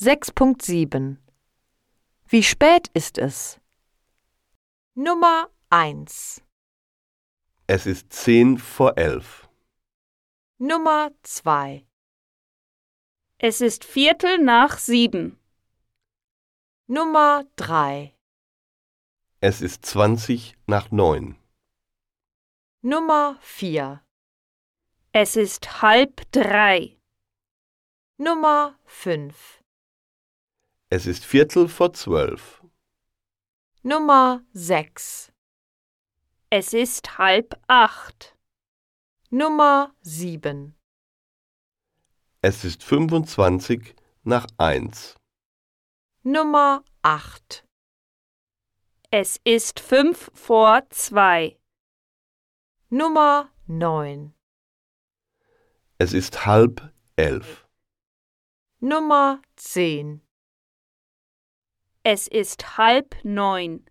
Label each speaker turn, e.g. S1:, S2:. S1: 6.7 Wie spät ist es?
S2: Nummer 1,
S3: Es ist zehn vor elf.
S2: Nummer 2,
S4: Es ist Viertel nach sieben.
S2: Nummer 3,
S3: Es ist zwanzig nach neun.
S2: Nummer 4,
S4: Es ist halb drei.
S2: Nummer 5,
S3: Es ist Viertel vor zwölf.
S2: Nummer 6,
S4: Es ist halb acht.
S2: Nummer 7,
S3: Es ist fünfundzwanzig nach eins.
S2: Nummer 8,
S4: Es ist fünf vor zwei.
S2: Nummer 9,
S3: Es ist halb elf.
S2: Nummer 10.
S4: Es ist halb neun.